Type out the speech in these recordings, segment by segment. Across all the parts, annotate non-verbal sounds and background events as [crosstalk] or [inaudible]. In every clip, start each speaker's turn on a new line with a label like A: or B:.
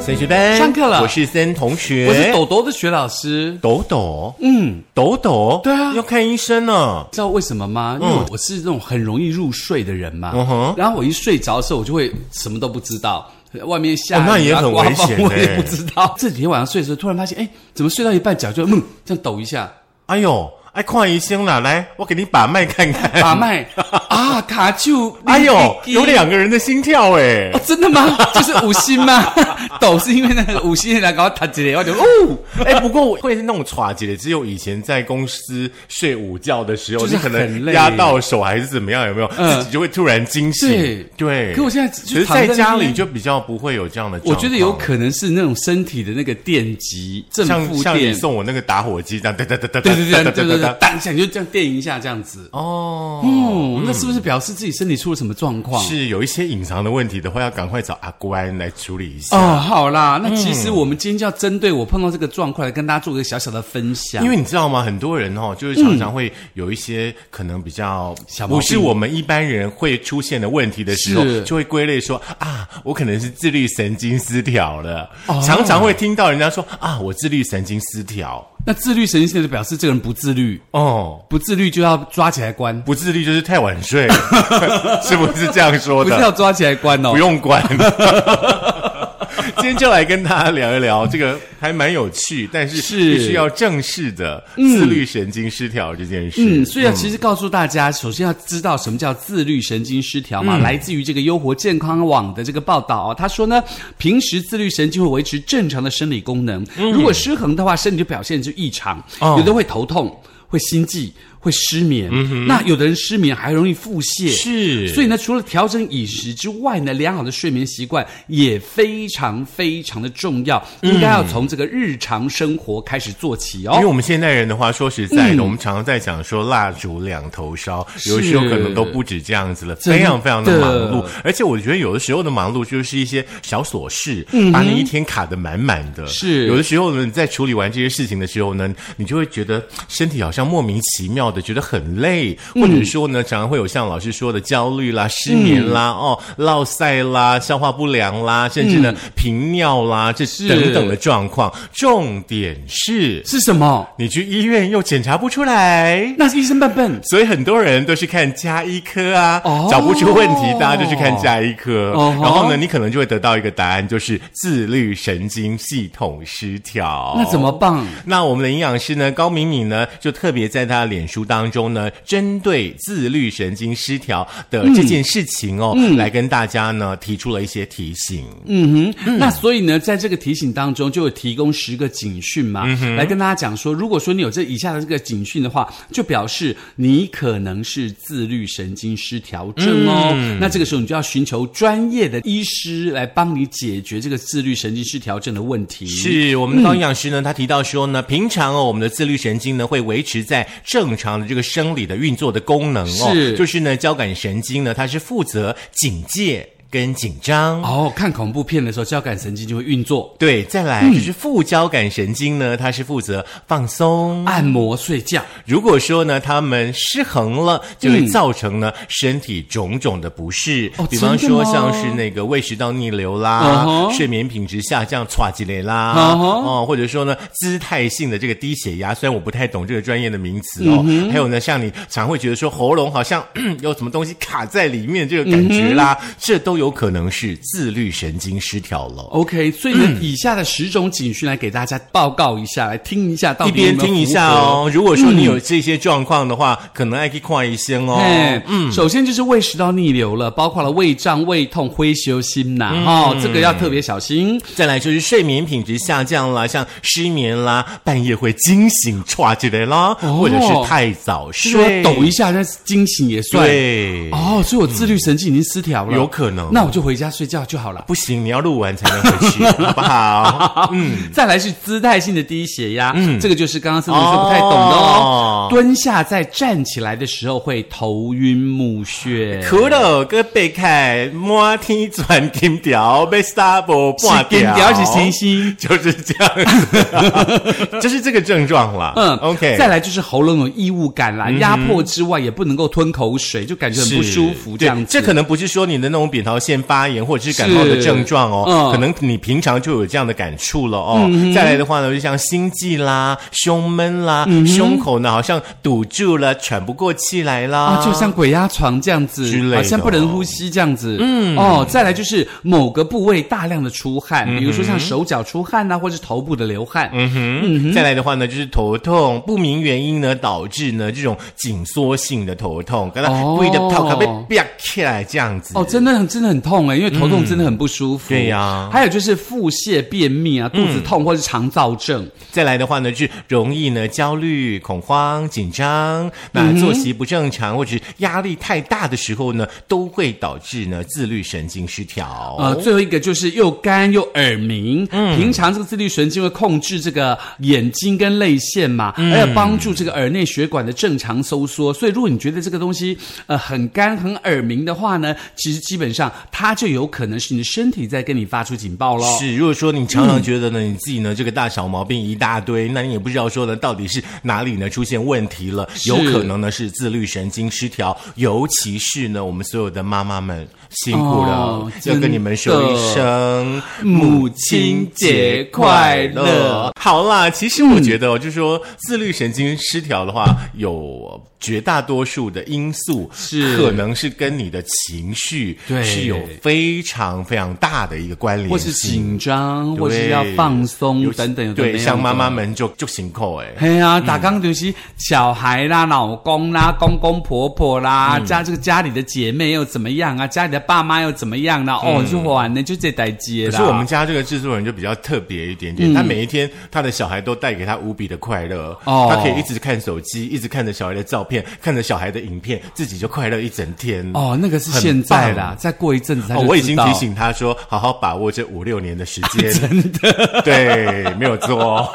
A: 森学班
B: 上课了
A: 我是森同学，
B: 我是抖抖的学老师。
A: 抖抖，
B: 嗯，
A: 抖抖，
B: 对啊
A: 要看医生啊呢。
B: 知道为什么吗？因为我是那种很容易入睡的人嘛。
A: 嗯哼
B: 然后我一睡着的时候，我就会什么都不知道。外面下雨、啊
A: 哦那也很
B: 刮
A: 危
B: 风
A: 险
B: 我也
A: 欸
B: 不知道。这几天晚上睡的时候，突然发现，哎，怎么睡到一半脚就嗯这样抖一下，
A: 哎呦，哎，看医生啦，来，我给你把脉看看。
B: 把脉啊，卡住。
A: [laughs] 哎呦，
B: 哩哩哩
A: 有两个人的心跳
B: [laughs]
A: 哎
B: 哦，。真的吗？就是五星吗？ [laughs] 抖是因为那个五星来搞我弹起来，我就哦。
A: 哎，不过我会那种垮姐，只有以前在公司睡午觉的时候，
B: 就是
A: 你可能
B: 很累
A: 压到手还是怎么样，有没有？
B: 嗯
A: 自己就会突然惊醒
B: 对。
A: 对，
B: 可我现在
A: 只
B: 就
A: 实在
B: 躺在
A: 家
B: 那
A: 里
B: 边
A: 就比较不会有这样的状
B: 我
A: 况。
B: 觉得有可能是那种身体的那个电极正
A: 像
B: 负
A: 像你
B: 电，
A: 送我那个打火机这样，哒哒哒哒哒
B: 对
A: [laughs]
B: 对对
A: 哒
B: 对对对
A: 哒
B: 对，当下你就这样电一下这样子。
A: 哦，
B: 哦，那是不是表示自己身体出了什么状况？
A: 是有一些隐藏的问题的话，要赶快找阿关来处理一下。
B: 哦，好啦，
A: 嗯
B: 那其实我们今天就要针对我碰到这个状况来跟大家做一个小小的分享
A: 因。为你知道吗？很多人哦，就是常常会有一些可能比较
B: 小毛
A: 不
B: 病
A: 是我们一般人会出现的问题的时候，
B: 嗯是
A: 就会归类说啊，我可能是自律神经失调了。
B: 哦
A: 常常会听到人家说啊，我自律神经失调。
B: 那自律神经线就表示这个人不自律，
A: 哦，
B: 不自律就要抓起来关，
A: 不自律就是太晚睡， [laughs] 是不是这样说
B: 不
A: 的？
B: 是要抓起来关哦
A: 不。用管。 [laughs] 今天就来跟大家聊一聊这个还蛮有趣，但是嗯
B: 是
A: 必须要正视的自律神经失调这件事。
B: 嗯，所以啊，其实告诉大家，首先要知道什么叫自律神经失调
A: 嗯
B: 嘛，来自于这个优活健康网的这个报道、哦，他说呢，平时自律神经会维持正常的生理功能，如果失衡的话，身体就表现就异常，
A: 嗯哦嗯
B: 有的会头痛，会心悸。会失眠，那有的人失眠还容易腹泻，
A: 是
B: 所以呢，除了调整饮食之外呢，良好的睡眠习惯也非常非常的重要，应该
A: 嗯
B: 要从这个日常生活开始做起哦。嗯
A: 因为我们现代人的话，说实在的，我们常常在讲说蜡烛两头烧，有的时候可能都不止这样子了，
B: 真的
A: 非常非常的忙碌。而且我觉得有的时候的忙碌就是一些小琐事，把你一天卡得满满的。
B: 嗯是
A: 有的时候呢，你在处理完这些事情的时候呢，你就会觉得身体好像莫名其妙的觉得很累，
B: 嗯
A: 或者说呢，常常会有像老师说的焦虑啦、失眠啦、
B: 嗯
A: 哦、落塞啦、消化不良啦，甚至呢频尿啦，这等等的状况。重点是。
B: 是什么？
A: 你去医院又检查不出来。
B: 那是医生笨笨。
A: 所以很多人都是看加医科啊，
B: 哦
A: 找不出问题，大家就去看加医科。
B: 哦
A: 然后呢，你可能就会得到一个答案，就是自律神经系统失调。
B: 那怎么办？
A: 那我们的营养师呢，高敏敏呢，就特别在她的脸书当中呢，针对自律神经失调的
B: 嗯
A: 这件事情哦，来跟大家呢提出了一些提醒。嗯
B: 那所以呢，在这个提醒当中，就有提供十个警讯嘛，
A: 嗯
B: 来跟大家讲说，如果说你有这以下的这个警讯的话，就表示你可能是自律神经失调症哦。
A: 嗯
B: 那这个时候你就要寻求专业的医师来帮你解决这个自律神经失调症的问题。。
A: 是我们的高营养师呢，他提到说呢，平常哦，我们的自律神经呢会维持在正常的这个生理的运作的功能哦，
B: 是
A: 就是呢交感神经呢，它是负责警戒跟紧张。
B: 哦，看恐怖片的时候，交感神经就会运作，
A: 对，再来就是副交感神经呢，它是负责放松。
B: 按摩睡觉。
A: 如果说呢，它们失衡了，就会造成呢、身体种种的不适，
B: 嗯哦
A: 比方说
B: 真的
A: 像
B: 吗
A: 是那个胃食道逆流
B: 嗯
A: 啦、
B: 哼
A: 睡眠品质下降、唰积累啦，
B: 嗯哼
A: 哦，或者说呢姿态性的这个低血压，虽然我不太懂这个专业的名词哦，
B: 嗯
A: 还有呢像你常会觉得说喉咙好像嗯有什么东西卡在里面这个感觉啦，
B: 嗯
A: 这都有可能是自律神经失调了。
B: OK，所以呢，
A: 嗯
B: 以下的十种警讯来给大家报告一下，来听哦一下到
A: 一
B: 底有
A: 边
B: 没有
A: 听一
B: 符
A: 下
B: 合
A: 哦，如果说你有这些状况的话，可能还可以看医生哦。
B: 哎，嗯，首先就是胃食道逆流了，包括了胃胀、胃痛、灰羞心呐、
A: 嗯
B: 哦，这个要特别小心。
A: 再来就是睡眠品质下降啦，像失眠啦，半夜会惊醒唰起来啦，
B: 哦
A: 或者是太早
B: 就是说
A: 睡，
B: 抖一下，那惊醒也算。
A: 对。
B: 哦，所以我自律神经已经失调了，
A: 有可能
B: 那我就回家睡觉就好了。
A: 不行，你要录完才能回去，好不
B: [laughs]
A: 好？嗯，
B: 再来是姿态性的低血压，这个就是刚刚森同学
A: 哦
B: 不太懂的哦。蹲下再站起来的时候会头晕目眩，
A: 苦了个贝凯，满天转金条，被沙波半
B: 是金条是星星
A: [laughs] 就是这样
B: [laughs]
A: 子，就是这个症状啦。
B: 嗯
A: ，OK，嗯
B: 再来就是喉咙有异物感啦，压迫之外也不能够吞口水，就感觉很不
A: 是
B: 舒服这
A: 对
B: 样子。
A: 这可能不是说你的那种扁桃条线发炎或者是感冒的
B: 是
A: 症状哦，
B: 嗯
A: 可能你平常就有这样的感触了哦。再来的话呢，就像心悸啦、胸闷啦、
B: 嗯
A: 胸口呢好像堵住了，喘不过气来啦，
B: 啊，就像鬼压床这样子
A: 之类，的
B: 好像不能呼吸这样子。嗯，哦，再来就是某个部位大量的出汗，比如说像手脚出汗啊呐、或是头部的流汗。嗯哼，
A: 嗯，再来的话呢，就是头痛，不明原因呢导致呢这种紧缩性的头痛，跟他
B: 哦
A: 故意的头壳被憋起来这样子。
B: 哦，真的很真的很痛哎，因为头痛真的很不舒服。
A: 嗯对呀嗯
B: 还有就是腹泻、便秘啊，肚子痛或是肠燥症。
A: 再来的话呢，就是容易呢焦虑、恐慌、紧张，那作息不正常或者是压力太大的时候呢，都会导致呢自律神经失调。
B: 呃，最后一个就是又干又耳鸣。
A: 嗯
B: 平常这个自律神经会控制这个眼睛跟泪腺嘛，
A: 嗯
B: 还有帮助这个耳内血管的正常收缩。所以，如果你觉得这个东西呃很干很耳鸣的话呢，其实基本上它就有可能是你的身体在跟你发出警报喽。
A: 是，如果说你常常觉得呢，你自己呢这个大小毛病一大堆，那你也不知道说呢到底是哪里呢出现问题了，有
B: 是
A: 可能呢是自律神经失调，尤其是呢我们所有的妈妈们辛苦了，
B: 哦
A: 要跟你们说一声
B: 母亲节快乐。
A: 好啦，其实我觉得、哦，就是说自律神经失调的话，有绝大多数的因素
B: 是
A: 可能是跟你的情绪
B: 对
A: 是有非常非常大的一个关联性，
B: 或是紧张，
A: 对
B: 或是要放松
A: 尤其
B: 等等，有的
A: 对，
B: 没有
A: 像
B: 的
A: 妈妈们就就辛苦哎、
B: 嘿啊，打刚就是小孩啦、老公啦、公公婆婆啦，
A: 嗯
B: 加这个家里的姐妹又怎么样啊？家里的爸妈又怎么样啦？哦，就完了，就这代接
A: 嗯可
B: 啦。嗯
A: 是我们家这个制作人就比较特别一点点，他每一天他的小孩都带给他无比的快乐，
B: 哦
A: 他可以一直看手机，一直看着小孩的照片，看着小孩的影片，自己就快乐一整天。
B: 哦，那个是现在啦，再过一阵子他
A: 哦，
B: 就知道
A: 我已经提。醒他说，好好把握这五六年的时
B: [laughs]
A: 间。真的，对，没有错。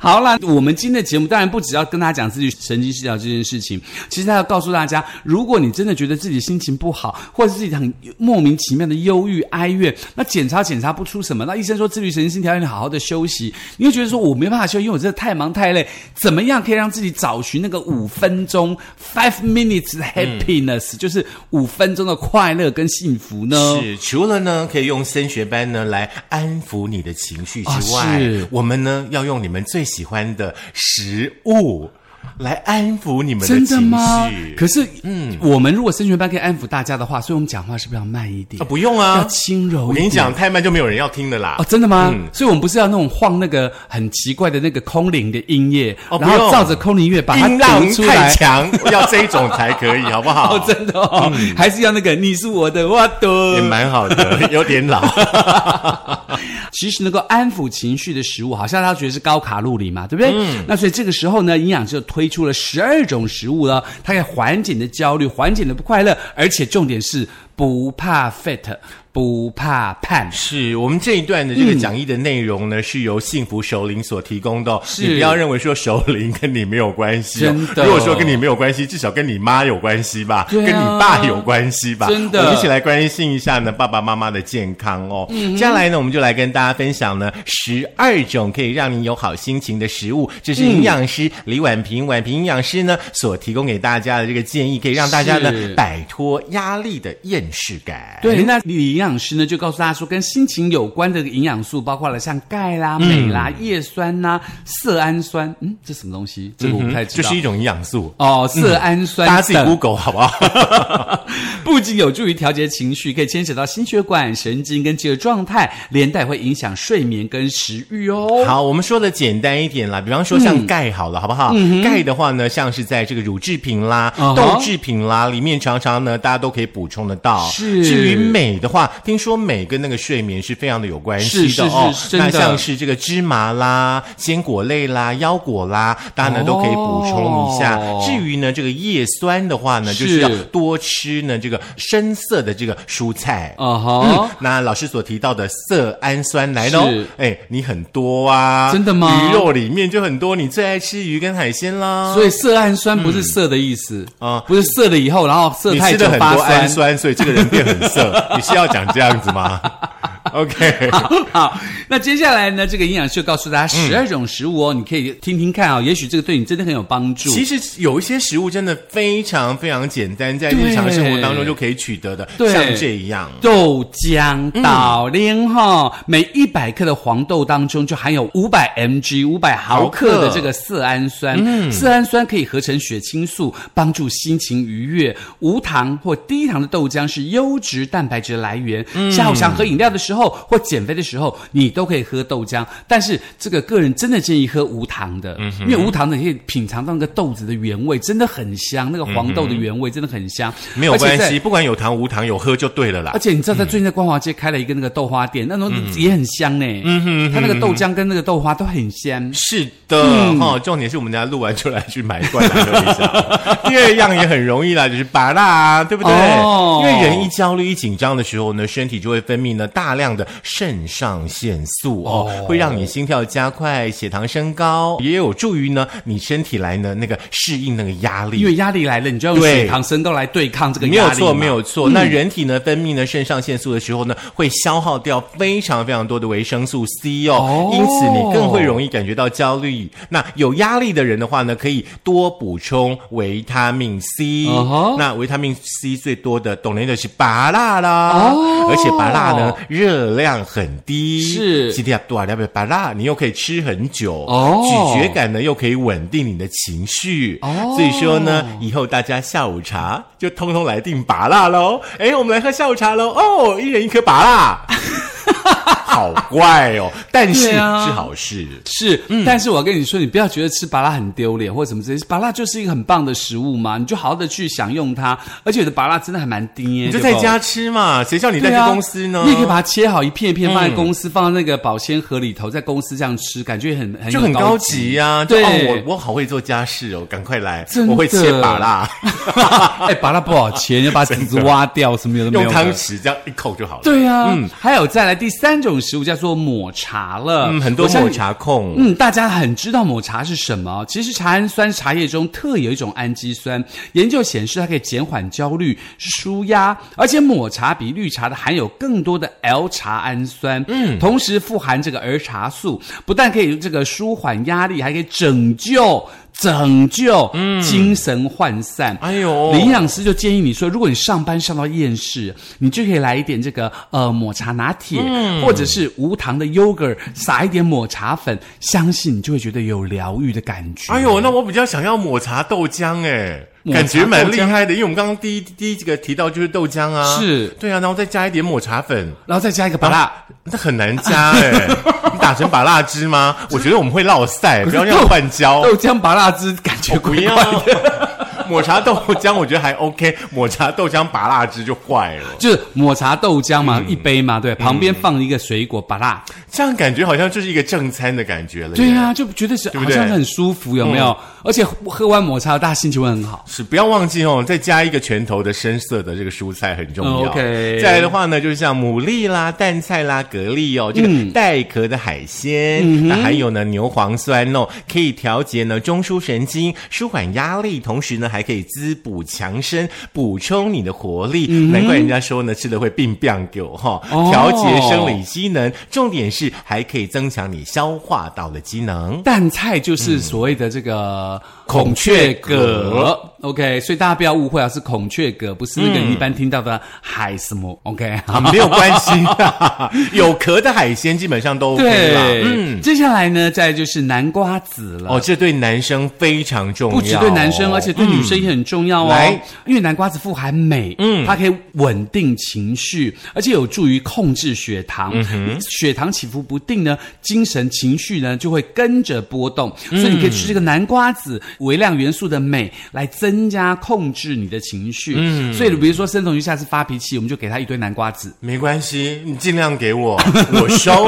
B: 好啦，我们今天的节目当然不只要跟大家讲自己神经失调这件事情，其实他要告诉大家，如果你真的觉得自己心情不好，或者自己很莫名其妙的忧郁哀怨，那检查检查不出什么，那医生说自律神经失调，你好好的休息，你会觉得说我没办法休息，因为我真的太忙太累，怎么样可以让自己找寻那个五分钟 （five minutes happiness）、就是五分钟的快乐跟幸福呢？
A: 是，除了呢可以用升学班呢来安抚你的情绪之外，
B: 啊是
A: 我们呢要用你们最喜欢的食物来安抚你们的
B: 真
A: 情
B: 的吗
A: 绪？。
B: 可是，嗯，我们如果升学班可以安抚大家的话，所以我们讲话是不是要慢一点
A: 啊，？不用
B: 要
A: 啊，
B: 轻哦柔一点
A: 我跟你讲，嗯太慢就没有人要听的啦。
B: 哦，真的吗？所以我们不是要那种晃那个很奇怪的那个空灵的音乐，
A: 哦
B: 然
A: 不用
B: 后照着空灵乐把它
A: 音浪
B: 读出
A: 太
B: 来。
A: 强，要这一种才可以，好不好？
B: [laughs] 哦，真的哦，
A: 嗯
B: 还是要那个你是我的，我
A: 也
B: 的。
A: 蛮好的，有点老。
B: 其实能够安抚情绪的食物，好像大家觉得是高卡路里嘛，对不对？
A: 嗯
B: 那所以这个时候呢，营养就推出了十二种食物了，它可以缓解你的焦虑，缓解你的不快乐，而且重点是不怕 fat，不怕胖。
A: 是我们这一段的
B: 嗯
A: 这个讲义的内容呢，是由幸福首领所提供的、哦。
B: 是
A: 你不要认为说首领跟你没有关系、哦，
B: 真的
A: 如果说跟你没有关系，至少跟你妈有关系吧，
B: 对啊
A: 跟你爸有关系吧。
B: 真的
A: 我们一起来关心一下呢爸爸妈妈的健康哦。
B: 嗯
A: 接下来呢，我们就来跟大家分享呢十二种可以让你有好心情的食物，这
B: 嗯
A: 是营养师李婉平、婉平营养师呢所提供给大家的这个建议，可以让大家呢
B: 是
A: 摆脱压力的厌世感。嗯
B: 对，哎那李营养师呢就告诉大家说，跟心情有关的营养素包括了像钙啦、镁啦、
A: 嗯
B: 叶酸呐、色氨酸，嗯，这什么东西？这个我不太知
A: 嗯这
B: 道。
A: 是一种营养素。
B: 哦，色氨酸
A: 大家自己
B: 等
A: Google 好不 [laughs] 好？
B: [laughs] 不仅有助于调节情绪，可以牵扯到心血管、神经跟饥饿状态，连带会影响睡眠跟食欲哦。
A: 好，我们说的简单一点啦，比方说
B: 嗯
A: 像钙好了，好不好？钙的话呢，像是在这个乳制品啦、
B: 嗯哼
A: 豆制品啦里面，常常呢大家都可以补充得到。
B: 是
A: 至于镁的话，听说镁跟那个睡眠是非常的有关系
B: 是
A: 的哦。
B: 是是真的
A: 那像是这个芝麻啦、坚果类啦、腰果啦，大家呢、
B: 哦
A: 都可以补充一下。至于呢这个叶酸的话呢，
B: 是
A: 就是要多吃呢这个深色的这个蔬菜。
B: 哦吼，
A: [laughs] 那老师所提到的色氨酸来喽
B: 是，
A: 哎，你很多啊，
B: 真的吗
A: 鱼肉里面就很多，你最爱吃鱼跟海鲜啦，
B: 所以色氨酸不是色的意思
A: 嗯啊
B: 不是色了以后，然后色
A: 你
B: 太
A: 吃
B: 久
A: 了很
B: 发
A: [laughs] 多氨酸，所以这个人变很色，你是要讲这样子吗？ OK，
B: 好 [laughs] 好，那接下来呢，这个营养师就告诉大
A: 嗯
B: 家十二种食物哦，你可以听听看啊、也许这个对你真的很有帮助。
A: 其实有一些食物真的非常非常简单，在日常生活当中就可以取得的，
B: 对
A: 像这样。
B: 豆浆倒拎哈，每一百克的黄豆当中就含有五百 mg 五百毫克的这个色氨酸。
A: 嗯
B: 色氨酸可以合成血清素，帮助心情愉悦。无糖或低糖的豆浆是优质蛋白质来源。
A: 嗯
B: 下午想喝饮料的时候或减肥的时候，你都可以喝豆浆。但是这个个人真的建议喝无糖的，
A: 嗯
B: 因为无糖的你可以品尝到那个豆子的原味，真的很香。那个黄豆的原味真的很香，
A: 嗯没有
B: 而且
A: 关
B: 在
A: 系，不管有糖无糖，有喝就对了啦
B: 而。且你
A: 嗯
B: 知道，在最近在光华街开了一个那个豆花店，那种也很香呢。嗯哼，它那个豆浆跟那个豆花都很香。
A: 是的，
B: 嗯
A: 哈、重点是我们家录完出来去买一罐来喝一下。第二样也很容易啦，就是拔蜡啊，对不对？
B: 哦
A: 因为人一焦虑、一紧张的时候呢，身体就会分泌呢大量的肾上腺素哦，
B: 哦
A: 会让你心跳加快、血糖升高，也有助于呢你身体来呢那个适应那个压力
B: 因。为压力来了，你就要用
A: 对
B: 血糖升高来对抗这个压
A: 没
B: 力
A: 有
B: 嘛。嗯
A: 错，没有错。那人体呢分泌呢肾上腺素的时候呢，会消耗掉非常非常多的维生素 C 哦，
B: 哦
A: 因此你更会容易感觉到焦虑。那有压力的人的话呢，可以多补充维他命 C、
B: 嗯哼
A: 那维他命 C 最多的，懂的就是芭辣啦，
B: 哦
A: 而且芭辣呢热量很低，
B: 是
A: 今天多少杯芭辣，你又可以吃很久，
B: 哦
A: 咀嚼感呢又可以稳定你的情绪，
B: 哦
A: 所以说呢，以后大家下午茶就通通来订拔蜡喽。哎，我们来喝下午茶喽。哦，一人一颗拔
B: [laughs]
A: 蜡，好怪哦，但是、
B: 对啊
A: 是好事。
B: 是，
A: 嗯
B: 但是我跟你说，你不要觉得吃芭辣很丢脸或什么之类，芭辣就是一个很棒的食物嘛，你就好好的去享用它。而且有的芭辣真的还蛮低耶，
A: 你就
B: 对
A: 在
B: 不
A: 家吃嘛，谁叫你带
B: 对
A: 去
B: 啊
A: 公司呢？
B: 你也可以把它切好一片一片放在公司，放在那个保鲜盒里头，在公司这样吃，感觉很很
A: 就
B: 有
A: 很高
B: 高
A: 级呀、就
B: 对
A: 哦，我我好会做家事哦，赶快来
B: 真，的
A: 我会切拔
B: [laughs]
A: 蜡，
B: [laughs] 哎，芭辣不好切，你要把籽
A: [laughs]
B: 子挖掉，什么有的没有
A: 用
B: 的。
A: 汤匙这样一口就好了。
B: 对啊，还有再来第三种食物叫做抹茶了，
A: 嗯，很多
B: 我相
A: 抹
B: 信。
A: 茶控。
B: 嗯，大家很知道抹茶是什么。其实茶氨酸是茶叶中特有一种氨基酸，研究显示它可以减缓焦虑、舒压，而且抹茶比绿茶的含有更多的 L 茶氨酸，嗯，同时富含这个儿茶素，不但可以这个舒缓压力，还可以拯救。拯救精神涣散，
A: 嗯哎呦
B: 营养师就建议你说，如果你上班上到厌世，你就可以来一点这个呃抹茶拿铁，
A: 嗯
B: 或者是无糖的 yogurt，撒一点抹茶粉，相信你就会觉得有疗愈的感觉。
A: 哎呦，那我比较想要抹茶豆浆哎，
B: 抹茶
A: 感觉蛮厉害的，因为我们刚刚第一第一个提到就是豆浆啊，
B: 是
A: 对啊，然后再加一点抹茶粉。
B: 然后再加一个芭
A: 把
B: 辣，
A: 辣，那很难加
B: [laughs]
A: 哎、你打成把辣汁吗？我觉得我们会落塞，不要让换焦，
B: 豆浆芭辣汁，感觉
A: 啊哦不啊
B: 怪
A: 要
B: 怪的。。
A: [laughs] 抹茶豆浆我觉得还 OK，抹茶豆浆把辣汁就坏了，
B: [laughs] 就是抹茶豆浆
A: 嗯
B: 嘛，一杯嘛，对，旁边放一个水果芭辣，
A: 这样感觉好像就是一个正餐的感觉了耶。
B: 对啊，就觉得是
A: 对不
B: 好
A: 对嗯
B: 像很舒服，有没有？而且喝完抹茶，大家心情会很好。
A: 是不要忘记哦，再加一个拳头的深色的这个蔬菜很重要。
B: 嗯，OK
A: 再来的话呢，就是像牡蛎啦、蛋菜啦、蛤蜊哦，这个
B: 嗯
A: 带壳的海鲜，那还有呢牛磺酸哦，可以调节呢中枢神经，舒缓压力，同时呢还可以滋补强身，补充你的活力。难怪人家说呢，吃了会病病狗哈，
B: 嗯哦
A: 调节生理机能，重点是还可以增强你消化道的机能。
B: 蛋菜就是所谓的这个
A: 嗯孔雀蛤嗯
B: ，OK，所以大家不要误会啊，是孔雀蛤，不是那个你一般听到的海什么，OK，
A: 啊，没有关系， [laughs] 有壳的海鲜基本上都 OK
B: 对
A: 啦。，嗯，
B: 嗯，接下来呢，再来就是南瓜子了。
A: 哦，这对男生非常重要，嗯
B: 不只对男生，而且对女生也很重要哦。
A: 来
B: 因为南瓜子富含镁，嗯，它可以稳定情绪，而且有助于控制血糖。
A: 嗯
B: 血糖起伏不定呢，精神情绪呢就会跟着波动。
A: 嗯
B: 所以你可以吃这个南瓜子微量元素的镁来增加控制你的情绪。嗯，所以比如说申同学下次发脾气，我们就给他一堆南瓜子。
A: 没关系，你尽量给我，我
B: [laughs]
A: 收，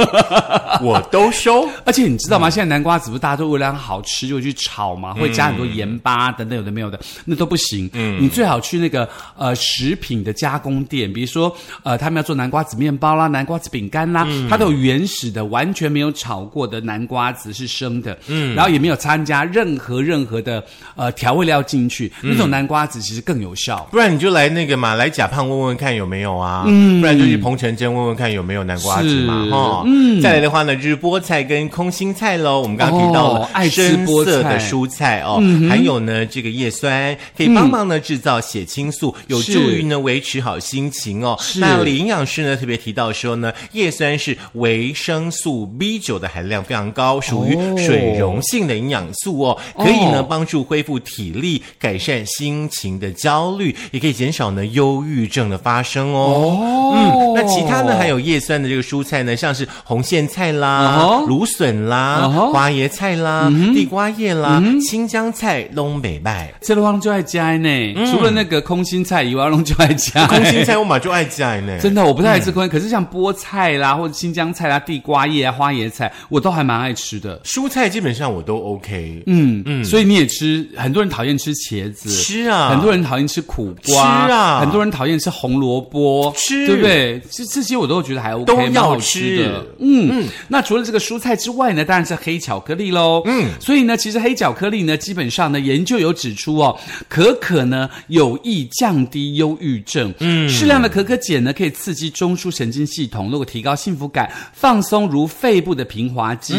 A: 我都收。
B: 而且你知
A: 嗯
B: 道吗？现在南瓜子不是大家都为了它好吃就去炒嘛，会加很多盐巴等等，有的没有的，那都不行。嗯，你最好去那个呃食品的加工店，比如说呃他们要做南瓜子面包啦、南瓜子饼干啦，
A: 嗯
B: 它都有原始的，完全没有炒过的南瓜子是生的，嗯，然后也没有参加任何任何的呃调味料进去，那种南瓜子其实更有效。
A: 不然你就来那个马来甲胖问问看有没有啊，不然就去彭城镇问问看有没有南瓜子嘛
B: 嗯是
A: 哈。嗯，再来的话呢，就是菠菜跟空心菜喽。我们刚刚提到
B: 哦
A: 了
B: 爱吃
A: 深
B: 菠
A: 色
B: 菜嗯
A: 的蔬菜哦，还有呢这个叶酸可以帮忙呢制造血清素，有
B: 是
A: 助于呢维持好心情哦。
B: 是
A: 那李营养师呢特别提到说呢，叶酸是维生素 B 九的含量非常高，属于
B: 哦
A: 水溶性的营养素哦，可以呢
B: 哦
A: 帮助恢复体力，改善心情的焦虑，也可以减少呢忧郁症的发生哦。
B: 哦
A: 嗯，那其他呢？还有叶酸的这个蔬菜呢，像是红苋菜啦、
B: 哦
A: 芦笋啦、
B: 哦嗯
A: 花椰菜啦、地瓜叶啦、青江菜、东北
B: [laughs]
A: 麦。
B: 这龙就爱加呢，除了那个空心菜以外，龙就爱加。
A: 嗯空心菜我马就爱加呢，
B: 哎真的，我不太爱吃空心，可是像菠菜啦，或者新疆菜啦、地瓜叶啊、花椰菜，我都还蛮爱吃的。
A: 蔬菜基本上我都 OK。
B: 嗯嗯，所以你也吃，很多人讨厌吃茄子，
A: 吃啊
B: 很多人讨厌吃苦瓜，
A: 吃啊
B: 很多人讨厌吃红萝卜，
A: 吃
B: 对不对？这这些我都觉得还 OK，
A: 都
B: 蛮好
A: 要
B: 吃的
A: 吃。
B: 嗯嗯，那除了这个蔬菜之外呢，当然是黑巧克力喽。嗯，所以呢，其实黑巧克力呢，基本上呢，研究有指出哦，可可呢有益降低忧郁症。嗯，适量的可可碱呢，可以刺激中枢神经系统，能够提高幸福感，放松如肺部的平滑肌，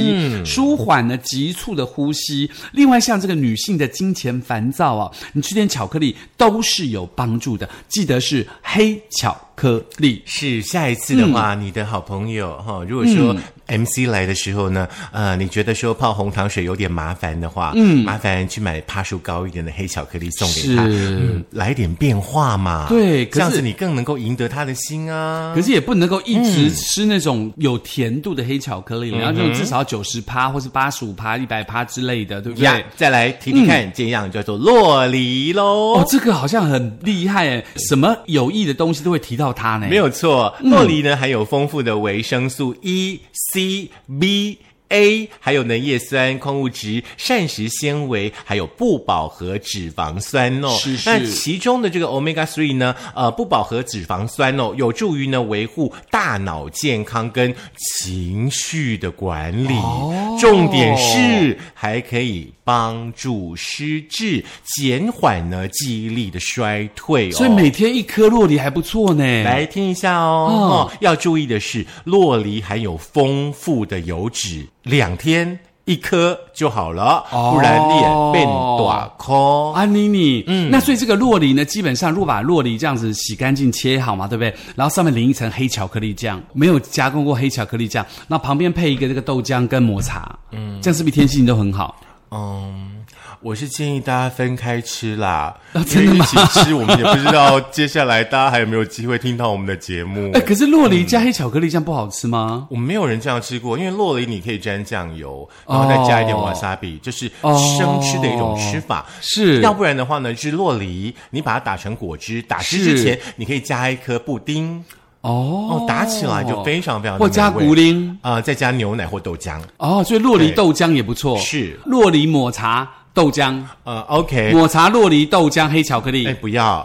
B: 舒缓呢急促的呼吸。另外，像这个女性的金钱烦躁啊，你吃点巧克力都是有帮助的，记得是黑巧克力。
A: 是下一次的话，
B: 嗯
A: 你的好朋友哈、如果说 MC 来的时候呢，呃，你觉得说泡红糖水有点麻烦的话，嗯，麻烦去买帕数高一点的黑巧克力送给他，
B: 是
A: 嗯，来点变化嘛，
B: 对可是
A: 这样子你更能够赢得他的心啊
B: 可。是也不能够一直吃那种有甜度的黑巧克力，然后这种至少九十趴或是八十五趴、一百趴之类的，对不
A: 呀
B: 对？，
A: 再来提提
B: 嗯
A: 看，这样叫做洛梨喽。
B: 哦，这个好像很厉害诶，什么有益的东西都会提到它呢。嗯
A: 没有错，洛梨呢含有丰富的维生素 E、C、B。A 还有呢，叶酸、矿物质、膳食纤维，还有不饱和脂肪酸哦。
B: 是是
A: 那其中的这个 omega three 呢，呃，不饱和脂肪酸哦，有助于呢维护大脑健康跟情绪的管理。
B: 哦
A: 重点是还可以帮助失智，减缓呢记忆力的衰退哦。
B: 所以每天一颗洛梨还不错呢。
A: 来听一下哦。哦要注意的是，洛梨含有丰富的油脂，两天。一颗就好了，
B: 哦
A: 不然脸变短空。
B: 安妮妮，嗯，那所以这个洛梨呢，基本上如果把洛梨这样子洗干净切好嘛，对不对？然后上面淋一层黑巧克力酱，没有加工过黑巧克力酱，那旁边配一个这个豆浆跟抹茶，嗯，这样是不是天性都很好？
A: 嗯，我是建议大家分开吃啦，
B: 啊真
A: 因为一起吃，我们也不知道接下来大家还有没有机会听到我们的节目
B: 哎、。可是洛梨加黑巧克力酱不好吃吗？
A: 我们没有人这样吃过，因为洛梨你可以沾酱油，然后再加一点
B: 哦
A: wasabi，就是
B: 哦
A: 生吃的一种吃法。
B: 是
A: 要不然的话呢，是洛梨，你把它打成果汁，打汁之
B: 是
A: 前你可以加一颗布丁，
B: 哦
A: 哦，打起来就非常非常的
B: 或加
A: 美味
B: 古灵
A: 啊、再加牛奶或豆浆，
B: 哦，所以洛梨
A: 对
B: 豆浆也不错，
A: 是
B: 洛梨抹茶豆浆，
A: 呃，OK，
B: 抹茶洛梨豆浆黑巧克力
A: 哎，不要，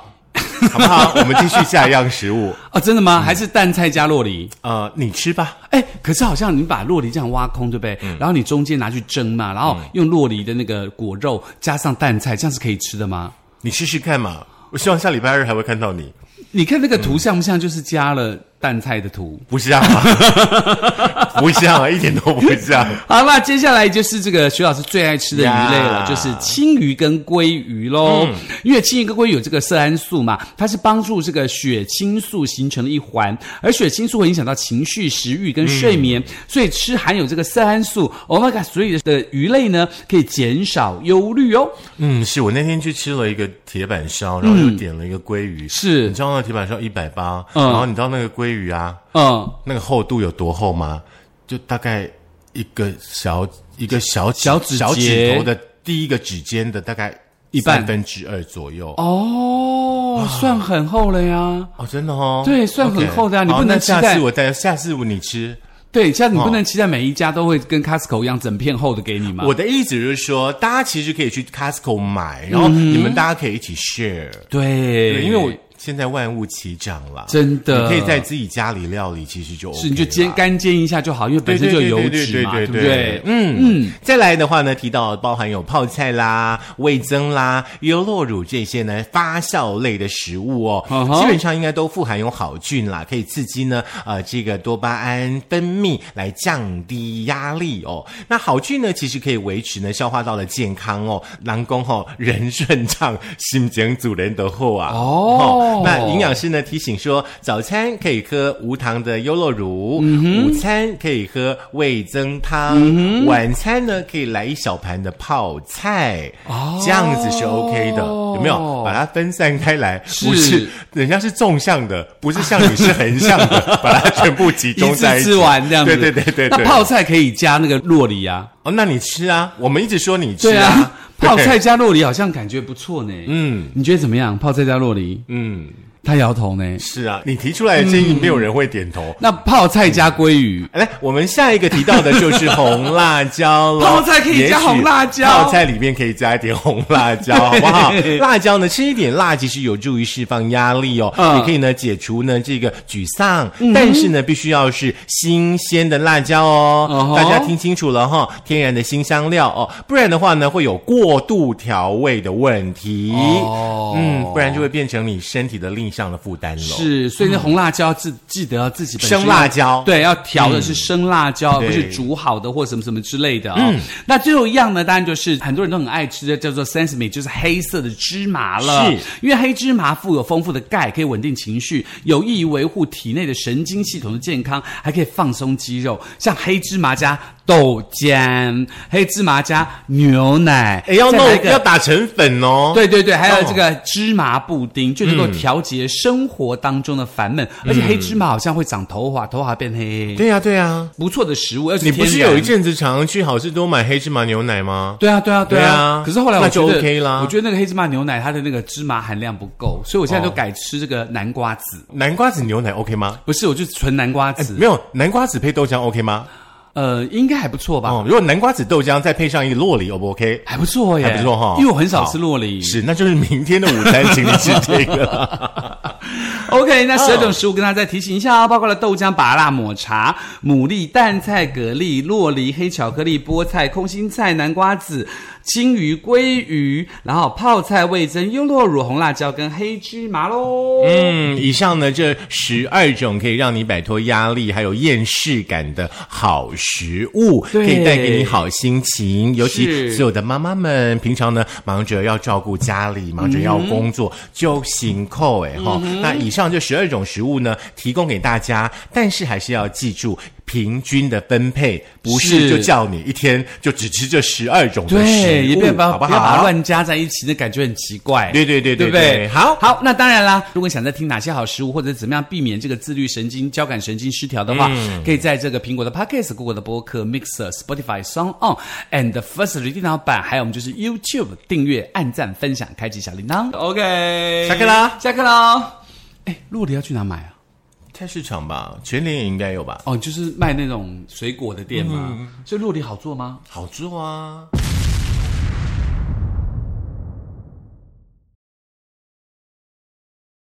A: 好不好？我们继续下一样食 [laughs] 物，
B: 哦，真的
A: 嗯
B: 吗？还是淡菜加洛梨？
A: 呃，你吃吧，
B: 哎，可是好像你把洛梨这样挖空，对不对？
A: 嗯
B: 然后你中间拿去蒸嘛，然后用洛梨的那个果肉加上蛋菜，这样是可以吃的吗？
A: 你试试看嘛。我希望下礼拜二还会看到你，
B: 你看那个
A: 嗯
B: 图像不像就是加了蛋菜的图？
A: 不像 [laughs] 啊，不像啊，一点都不像。
B: 好，那接下来就是这个徐老师最爱吃的鱼类了
A: 呀嗯
B: 就是青鱼跟鲑鱼喽。因为青鱼跟鲑鱼有这个色氨素嘛，它是帮助这个血清素形成的一环，而血清素会影响到情绪、食欲跟睡眠，
A: 嗯
B: 所以吃含有这个色氨素，Oh omega three 的鱼类呢，可以减少忧虑哦。
A: 嗯，是我那天去吃了一个铁板烧，然后又点了一个鲑鱼，
B: 是
A: 你知道那铁板烧一百八，
B: 嗯
A: 然后你知道那个鲑鱼啊，
B: 嗯，
A: 那个厚度有多厚吗？就大概一个小一个小指
B: 小指节
A: 小指头的第一个指尖的大概
B: 一半
A: 三分之二左右。哦
B: 哦，算很厚了呀。
A: 真的哦，
B: 对算很
A: OK
B: 厚的啊你
A: 好
B: 不能
A: 那
B: 期
A: 下
B: 待
A: 次我带，下次我你吃。
B: 对，像你不能期待每一家都会跟 Costco 一样整片厚的给你嘛。
A: 哦我的意思就是说，大家其实可以去 Costco 买，然后你们大家可以一起 share。
B: 嗯对
A: 对，因为我现在万物齐涨了，
B: 真的
A: 你可以在自己家里料理，其实就 OK
B: 是你就煎
A: 啦
B: 干煎一下就好，因为本
A: 对对
B: 身就
A: 对
B: 有油
A: 对
B: 脂
A: 对
B: 嘛，
A: 对
B: 不对？
A: 嗯嗯。再来的话呢，提到包含有泡菜啦、味增啦、优酪乳这些呢发酵类的食物哦
B: 嗯哼
A: 基本上应该都富含有好菌啦，可以刺激呢呃这个多巴胺分泌来降低压力哦。那好菌呢，其实可以维持呢消化道的健康哦，狼公吼人顺畅，心情主人的后啊
B: 哦
A: 那营养。老师呢提醒说，早餐可以喝无糖的优酪乳，
B: 嗯
A: 午餐可以喝味增汤，
B: 嗯
A: 晚餐呢可以来一小盘的泡菜，
B: 哦
A: 这样子是 OK 的，有没有？把它分散开来，
B: 是
A: 不是人家是纵向的，不是像你是横向的，
B: [laughs]
A: 把它全部集
B: 一
A: 中在
B: 次
A: 一起
B: 吃完这样子，
A: 对对对对
B: 那
A: 对。
B: 泡菜可以加那个洛梨啊，
A: 哦，那你吃啊，我们一直说你吃
B: 对
A: [laughs]
B: 啊，
A: 对
B: 泡菜加洛梨好像感觉不错呢。
A: 嗯
B: 你觉得怎么样？泡菜加洛梨，
A: 嗯，
B: 他摇头呢。
A: 是啊，你提出来的建
B: 嗯
A: 议没有人会点头。
B: 那泡菜加鲑鱼，
A: 来，哎我们下一个提到的就是红辣椒了。
B: [laughs] 泡菜可以加红辣椒
A: 也许泡菜里面可以加一点红辣
B: [laughs]
A: 椒，好不好？辣椒呢，吃一点辣其实有助于释放压力哦，
B: 嗯
A: 也可以呢解除呢这个沮丧，但是呢必须要是新鲜的辣椒
B: 嗯
A: 哦
B: 哼，
A: 大家听清楚了哈，天然的新香料哦，不然的话呢会有过度调味的问题，
B: 哦
A: 嗯，不然就会变成你身体的另一项的负担喽。
B: 是，所以那红辣椒自记得要自己本身
A: 生辣椒嗯
B: 对，要调的是生辣椒，而
A: 对嗯
B: 不是煮好的或什么什么之类的哦。那最后一样呢，当然就是很多人都很爱吃的叫做 sesame，就是黑色的芝麻了。
A: 是
B: 因为黑芝麻富有丰富的钙，可以稳定情绪，有益于维护体内的神经系统的健康，还可以放松肌肉。像黑芝麻加豆浆，黑芝麻加牛奶，
A: 哎，要
B: 再
A: 弄
B: 来一个
A: 要打成粉哦。
B: 对对对，还有这个芝麻布丁，就能够调节生活当中的烦闷，
A: 嗯
B: 而且黑芝麻好像会长头发，头发变黑，
A: 对呀、对呀、
B: 不错的食物，而且
A: 你不是
B: 天然
A: 有一阵子常常去好事多买黑芝麻牛奶吗？
B: 对啊，对啊，
A: 对啊
B: 可是后来我
A: 那就
B: 觉得
A: OK 啦
B: 我觉得那个黑芝麻牛奶它的那个芝麻含量不够，所以我现在都
A: 哦
B: 改吃这个南瓜子。
A: 南瓜子牛奶 OK 吗？
B: 不是，我就纯南瓜子，
A: 没有，南瓜子配豆浆 OK 吗？
B: 呃，应该还不错吧，
A: 哎哦，如果南瓜子豆浆再配上一个洛梨，O 不 [laughs] OK？
B: 还不错耶，
A: 还不错哈
B: 因为我很少吃洛梨。
A: 是，那就是明天的午餐，请你吃这个了。
B: [laughs] OK，那十二种食物跟大家再提醒一下哦，包括了豆浆、拔辣、抹茶、牡蛎、蛋菜、蛤蜊、洛梨、黑巧克力、菠菜、空心菜、南瓜子、金鱼、鲑鱼，然后泡菜、味增、优酪乳、红辣椒跟黑芝麻喽。
A: 嗯，以上呢这十二种可以让你摆脱压力还有厌世感的好食物，可
B: 对
A: 以带给你好心情。尤其
B: 是
A: 所有的妈妈们，平常呢忙着要照顾家里，忙着要工作，就辛苦哎
B: 嗯
A: 哈。那以上这十二种食物呢，提供给大家，但是还是要记住。平均的分配，不是
B: 是
A: 就叫你一天就只吃这十二种的食
B: 对，
A: 物，
B: 也不要把
A: 好不
B: 不要把它
A: 好？
B: 乱加在一起，那感觉很奇怪。
A: 对对对
B: 对
A: 对
B: 不对？
A: 好。
B: 好，那当然啦。如果想再听哪些好食物，或者怎么样避免这个自律神经、交感神经失调的话，可以在这个苹果的 Podcast、Google 的播客、Mixer、Spotify、Song On and First 电脑版，还有我们就是 YouTube 订阅、按赞、分享、开启小铃铛。OK，
A: 下课啦
B: 下课啦。哎，洛梨要去哪买啊？
A: 菜市场吧，全联也应该有吧？
B: 嗯哦，就是卖那种水果的店嘛。所以洛梨好做吗？
A: 好做啊。